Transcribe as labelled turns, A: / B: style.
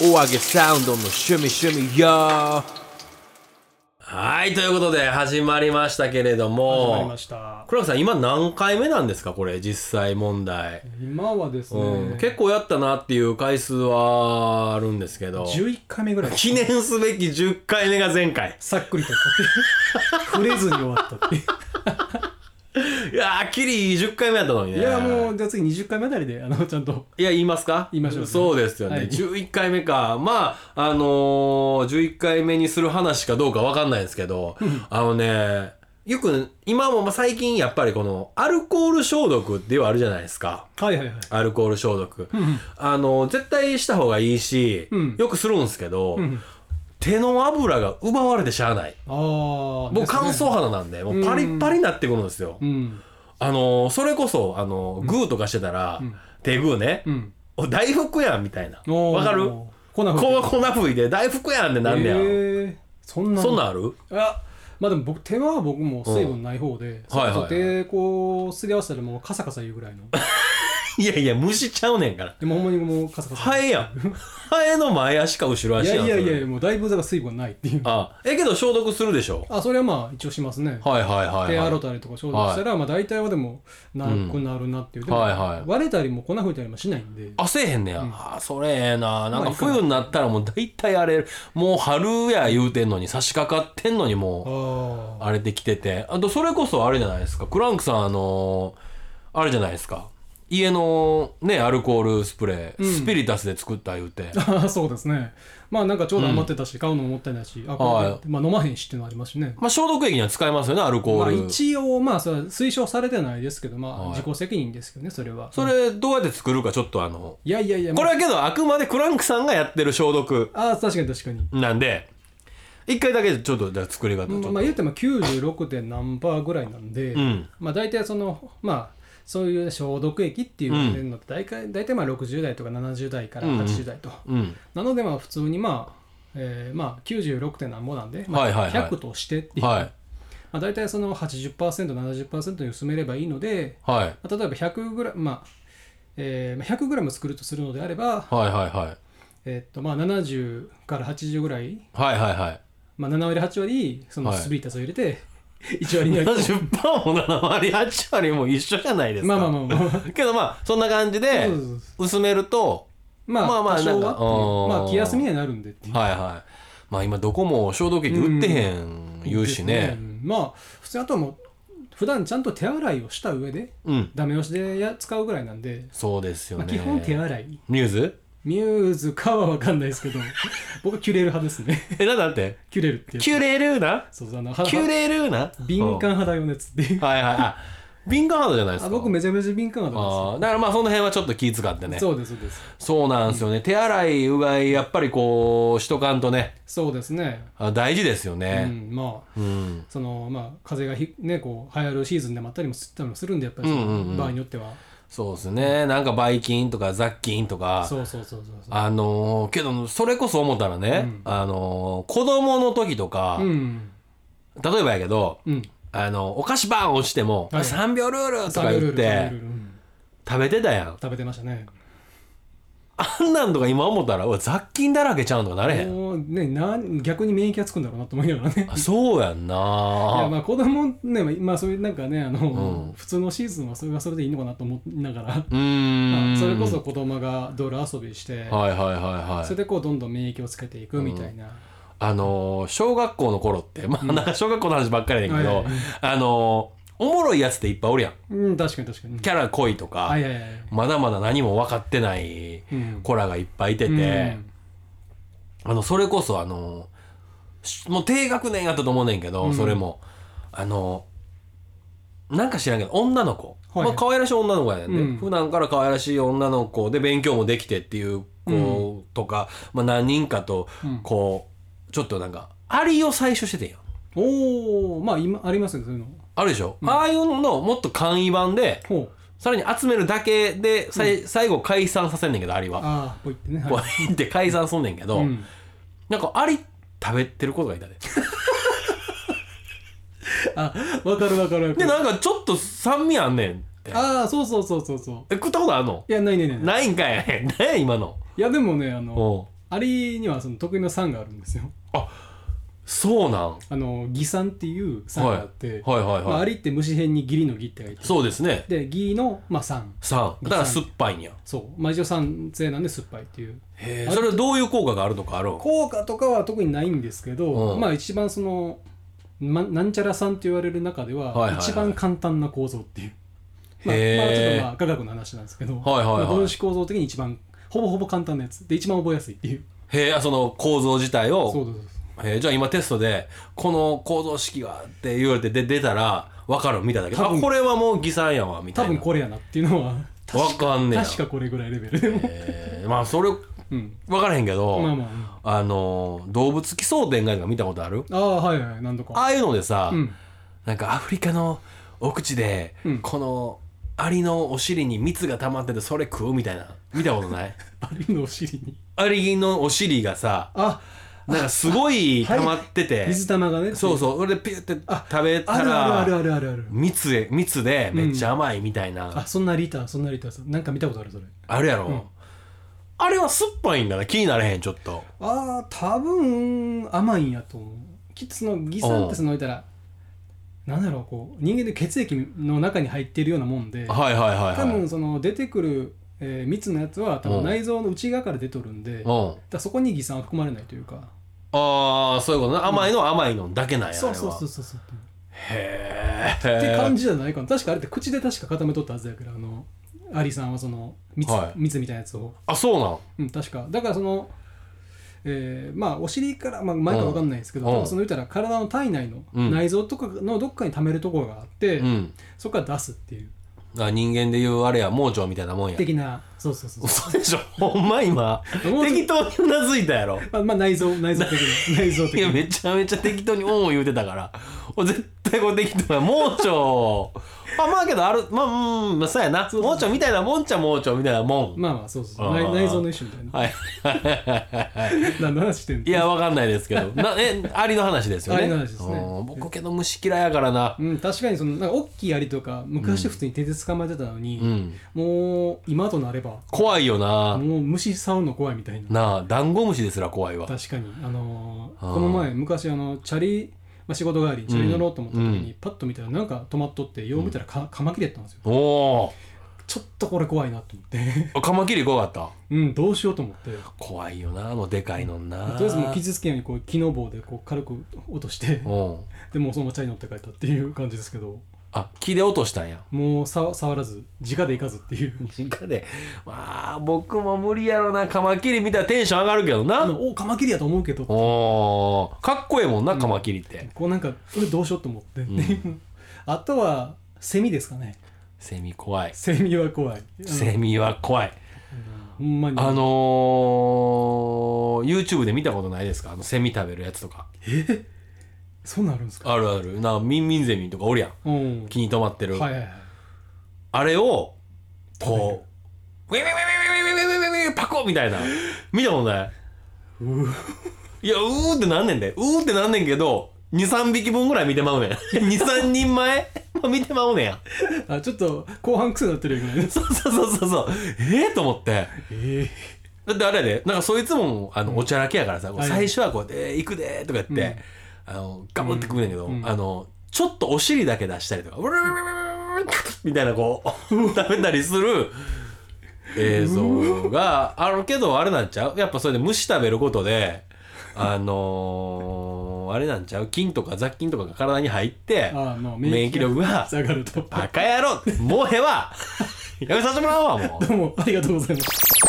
A: お揚げサウンドの趣味趣味よ
B: はい、ということで始まりましたけれど
C: 始まりま
B: も、
C: した
B: 黒木さん、今何回目なんですか、これ、実際問題。
C: 今はですね、
B: うん、結構やったなっていう回数はあるんですけど、
C: 11回目ぐらい
B: 記念すべき10回目が前回。
C: さっくりと 触れずに終わったっていう
B: いやー、きり10回目やったのにね。
C: いやもうじゃあ次20回目あたりであのちゃんと
B: いや、言いますか
C: 言いましょう
B: そうですよね。
C: はい
B: 11回目か。まあ、あのー、11回目にする話かどうかわかんないですけ ど、あのね、よく、今もまあ最近やっぱりこの、アルコール消毒ではあるじゃないですか。
C: はいはいはい
B: アルコール消毒。
C: ん
B: あのー、絶対した方がいいし、
C: うん
B: よくするんですけど、
C: ん
B: 手の油が奪われてしゃあない。
C: ああ
B: 僕乾燥肌なんで、もうパリッパリになってくるんですよ。
C: うん
B: あのー、それこそ、あのー、グーとかしてたら、手グーね、
C: うん
B: お大福やんみたいな
C: おー
B: わかる
C: 粉吹いて
B: こう粉吹いて大福やんってなんねや、
C: へーそんな
B: そんなんある
C: あまあでも僕手は僕も水分ない方で、
B: はいはいはい
C: でこうすり合わせたらもうカサカサ言うぐらいの
B: いやいや虫ちゃうねんから
C: でもほんまにもうカサカサ
B: ハエやんハエの前足か後ろ
C: い
B: 足
C: や
B: やん
C: いやい
B: そ
C: やい
B: れ
C: やもうだいぶだから水分ないっていう
B: あえけど消毒するでしょ
C: あそれはまあ一応しますね、
B: はいはいはい、はい、
C: 手洗ったりとか消毒したら、まあ大体はでもな
B: うん
C: くなるなっていう、でも
B: はいはい
C: 割れたりも粉吹いたりもしないんで
B: あせえへんねや、あそれええななんか
C: まあいいかな
B: 冬になったらもう大体あれもう春や言うてんのに差し掛かってんのにもう
C: ああ
B: あれできててあとそれこそあれじゃないですかクランクさんあのーあれじゃないですか家のねアルコールスプレー、
C: うん
B: スピリタスで作った言うて
C: そうですねまあなんかちょうど余ってたし、買うのももったいないしあこれで、
B: はい
C: まあ、飲まへんしっていうのありますしね
B: まあ消毒液には使えますよねアルコー
C: まあ
B: ル、
C: 一応まあそれは推奨されてないですけどまあ
B: はい
C: 自己責任ですけどねそれは
B: それどうやって作るかちょっとあの
C: いやいやいや
B: これ
C: ま
B: はけどあくまでクランクさんがやってる消毒
C: ああー確かに確かに
B: なんで一回だけちょっとじゃあ作り方ちょっと、
C: まあ言うても 96. 点何パーぐらいなんで、
B: うん
C: まあ大体そのまあそういう消毒液っていうのって大体大体まあ60代とか70代から80代と、
B: うん
C: なのでまあ普通にまあ、えー、まあ96点何ぼなんで、ま
B: はいはいは
C: あ、
B: い
C: 100としてっていう、
B: はい
C: まあ、大体その 80%70% に薄めればいいので、
B: はい
C: まあ、例えば 100g まあえーまあ、100g 作るとするのであれば、
B: はいはいはい
C: えっとまあ、70から80ぐらい、
B: はいはいはい
C: まあ、7割8割その
B: はい
C: スビータスを入れて、1割2割
B: 70%も7割8割も一緒じゃないですか
C: まあまあまあまあ
B: けどまあそんな感じで
C: そうそうそう
B: 薄めると
C: ま
B: ま
C: あ、ま
B: あ
C: あ
B: まあ
C: 多少
B: なん
C: はっ
B: か
C: ていう
B: うん
C: まあ気休みにはなるんでっていう。
B: はいはいまあ今どこも消毒液売ってへん言うしね
C: うんまあ普通あとはもう普段ちゃんと手洗いをした上で
B: うん
C: ダメ押しでや使うぐらいなんで、
B: そうですよ
C: まあ、
B: ね
C: 基本手洗い
B: ミューズ
C: ミューズかは分かんないですけど 僕はキュレル派ですね
B: えなんだって
C: キュレルってやつ
B: キュレルーナ
C: そうそうあのは
B: キュレルーナ
C: 敏感肌用のやつっていう
B: うんはいはいあ敏感肌じゃないですか
C: あ僕めちゃめちゃ敏感肌なん
B: あーだからまあその辺はちょっと気遣って
C: で
B: ね
C: すそうですそうです
B: そうなんですよね手洗いうがいやっぱりこうしとかんとね
C: そうですね、
B: あ大事ですよ
C: う
B: ね
C: ん、まあ
B: うん
C: そのまあ風邪がひねこう流行るシーズンでもあったりもすったりもするんでやっぱりその
B: うんうんうん
C: 場合によっては
B: そうですねなんかばい菌とか雑菌とか
C: そうそうそうそうそう
B: あのーけどそれこそ思ったらね、
C: うん
B: あのー子供の時とか、
C: うん
B: 例えばやけど、
C: うん
B: あのお菓子バーン落ちても、
C: はい
B: 3秒ルールとか言
C: ル
B: っ
C: ールサン
B: て
C: ルールうん
B: 食べてたやん
C: 食べてましたね
B: あんなんとか今思ったらうわ雑菌だらけちゃうんとかなれへん
C: もうねなん逆に免疫がつくんだろうなと思いながらね
B: あそうやん
C: いや
B: な
C: まあ子供ねまあまあそういうなんかねあの、
B: うん
C: 普通のシーズンはそれがそれでいいのかなと思いながら、
B: うーん
C: それこそ子供が泥遊びして、
B: はいはいはいは
C: それ
B: い
C: でこうどんどん免疫をつけていくみたいな、
B: あのー小学校の頃ってまあなんか小学校の話ばっかりだけど、
C: はいはい
B: あのーおもろいやつっていっぱいおるやん
C: うん確かに確かに
B: キャラ濃いとか、
C: はいはいはい
B: まだまだ何も分かってない
C: うん
B: 子らがいっぱいいてて、
C: うん
B: あのそれこそあのしもう低学年やったと思うねんけど、
C: うん
B: それもあのなんか知らんけど女の子、
C: はい
B: まあ可愛らしい女の子やねんね、
C: うん
B: 普段から可愛らしい女の子で勉強もできてっていう子とか、まあ、何人かと
C: うん
B: こう、ちょっとなんかアリを採取しててんよ
C: おおまあ今ありますよねそういうの
B: あるでしょ、ああいうののもっと簡易版で
C: ほう
B: さらに集めるだけでさい、最後解散させんねんけどアリは。
C: ああポイってね
B: こ
C: はいう
B: 言 って解散すんねんけど、
C: うん
B: なんかアリ食べてることがいたで。
C: あわかるわかるわか
B: で、
C: る
B: なんかちょっと酸味あんねん。って
C: ああそうそうそうそうそ
B: え食ったことあるの
C: ういやないないない
B: ないんかい 何や今の
C: いやでもねあの
B: お
C: アリにはその得意な酸があるんですよ
B: そうなんは
C: あの偽酸っていう酸があって、
B: いはい
C: まあ、ア
B: はい
C: リって虫編に義理の義って書いてある
B: そうですね
C: で義の、まあ、酸
B: 酸だから酸っぱいんや
C: そう、まあ、一応酸性なんで酸っぱいっていう
B: へえそれはどういう効果があるのかあるの
C: 効果とかは特にないんですけど、
B: うん
C: まあ一番その、ま、なんちゃらさんと言われる中で
B: は
C: は
B: いはいはい
C: 一番簡単な構造っていう、
B: へ
C: まあ、まあちょっ
B: ー
C: とまあ科学の話なんですけど、
B: はいはいはい
C: まあ分子構造的に一番ほぼほぼ簡単なやつで一番覚えやすいっていう
B: へえその構造自体を
C: そうそうそう
B: えーじゃあ今テストでこの構造式がって言われてで出たら分かるみたいだけど
C: 多
B: あ
C: 分
B: これはもう偽算やわみた
C: 多
B: いな
C: 分これやなっていうのは
B: 分かんねえな
C: 確かこれぐらいレベルでも、
B: えーまあそれ
C: うん
B: 分からへんけど、
C: まあま
B: あのー動物奇想天外とか見たことある
C: あああはいはい何度
B: あ
C: か
B: あいうのでさ、
C: うん
B: なんかアフリカの奥地で、
C: うん
B: このアリのお尻に蜜が溜まっててそれ食うみたいな見たことない
C: アリのお尻に
B: アリのお尻がさ
C: あ
B: なんかすごい溜まってて、
C: 水玉がね
B: そうそうそれでピュって食べたら
C: あるあるあるあるある
B: 蜜へ蜜でめっちゃ甘いみたいな、
C: あそんなリーターそんなリーターなんか見たことあるそれ
B: あるやろ、
C: うん
B: あれは酸っぱいんだな気になれへんちょっと
C: ああ多分甘いんやと思うきっとその偽酸ってその言ったらなんだろうこう人間で血液の中に入ってるようなもんで
B: はいはいはいはい
C: 多分その出てくる、えー蜜のやつは多
B: う
C: 分
B: ん
C: 内臓の内側から出とるんでだか
B: うん
C: らそこに偽酸は含まれないというか
B: ああそういうことね甘いのは甘いのだけなんや、あれ
C: そ
B: は
C: うそうそうそうそう
B: へ
C: って
B: え
C: 感じじゃないかな確かあれって口で確か固めとったはずやからあのアリさんはその蜜,、
B: はい
C: 蜜みたいなやつを
B: あそうなん
C: うん、確か。だからその、えーまあお尻から、まあ、前か分かんないですけど、
B: うん
C: 多分その言ったら体の体内の
B: うん
C: 内臓とかのどっかに溜めるところがあって、
B: うん
C: そこから出すっていう
B: あ人間で言うあれや盲腸みたいなもんや
C: 的な、そうそうそうそ
B: 嘘でしょほんま今
C: 盲腸
B: 適当にうなずいたやろ
C: う。まあ、まあ、内臓、内臓的な、内臓
B: い
C: 的
B: や
C: な。
B: めちゃめちゃ適当に「おん」言うてたから俺絶対これ適当な盲腸あまあけどあるまあうんまあそうやな盲腸みたいなもんちゃ盲腸みたいなもん
C: まあまあ、そうそうそう
B: あー
C: 内。内臓の一種みたいな。
B: はい
C: 何の話してんの
B: いやわかんないですけ どなえアリの話ですよね
C: アリの話ですね
B: うん僕けど虫嫌いやからな
C: うん、確かにその、なんか大きいアリとか、昔普通に手で捕まえてたのに、
B: うん
C: もう今となれば、
B: 怖いよな
C: もう虫触るの怖いみたいな。
B: なあダンゴムシですら怖いわ
C: 確かに、あのー
B: あー
C: この前昔あのチャリ、まあ、仕事帰りにチャリ乗ろうと思った時に、
B: う
C: パッと見たらなんか止まっとってよう見たらか、カマキリやったんですよ
B: おお
C: ちょっとこれ怖いなと思って
B: ーあカマキリ怖かった
C: うんどうしようと思ってとり
B: 怖いよなあのでかいのんな
C: あえずもう傷つけないようにこう木の棒でこう軽く落として
B: うん
C: でもうそのままチャリ乗って帰ったっていう感じですけど
B: あ木で落としたんや
C: もうさ触らず直で行かずっていう
B: 直で まあ僕も無理やろなカマキリ見たらテンション上がるけど
C: あ
B: な
C: のおカマキリやと思うけど
B: おーかっこええもんなカマキリって、
C: こうなんかこれどうしようと思って、
B: ん
C: あとはセミですかね
B: セミ怖い
C: セミは怖いあの
B: セミは怖い
C: ほんまに
B: あのー、YouTube で見たことないですかあのセミ食べるやつとか
C: そんなんあるんですか
B: あるあるなミンミンゼミとかおるやん
C: うん
B: 木に止まってる、
C: はいはいはい
B: あれをこうウィウィウィウィウィウィウィウィウィウィパコみたいな見たことないういやうーってなんねんでうーってなんねんけど23匹分ぐらい見てまうねん23人前見てまうねんや
C: あちょっと後半癖になってるよね。
B: そうそうそうそうそうええと思って
C: え
B: だってあれやでなんかそいつもあのおちゃらけやからさ、こう
C: はい
B: 最初はこうやってえー「行くで」とか言って、あのガブってくんねんけど、
C: うん
B: あのちょっとお尻だけ出したりとか「うるるるるるるみたいなこう食べたりする映像があるけどあれなんちゃうやっぱそれで虫食べることであのー、あれなんちゃう菌とか雑菌とかが体に入って
C: ああまあ
B: 免疫力が
C: 下がると。
B: 「バカ野郎もうへはやめさせてもらうわもう
C: どうもありがとうございました。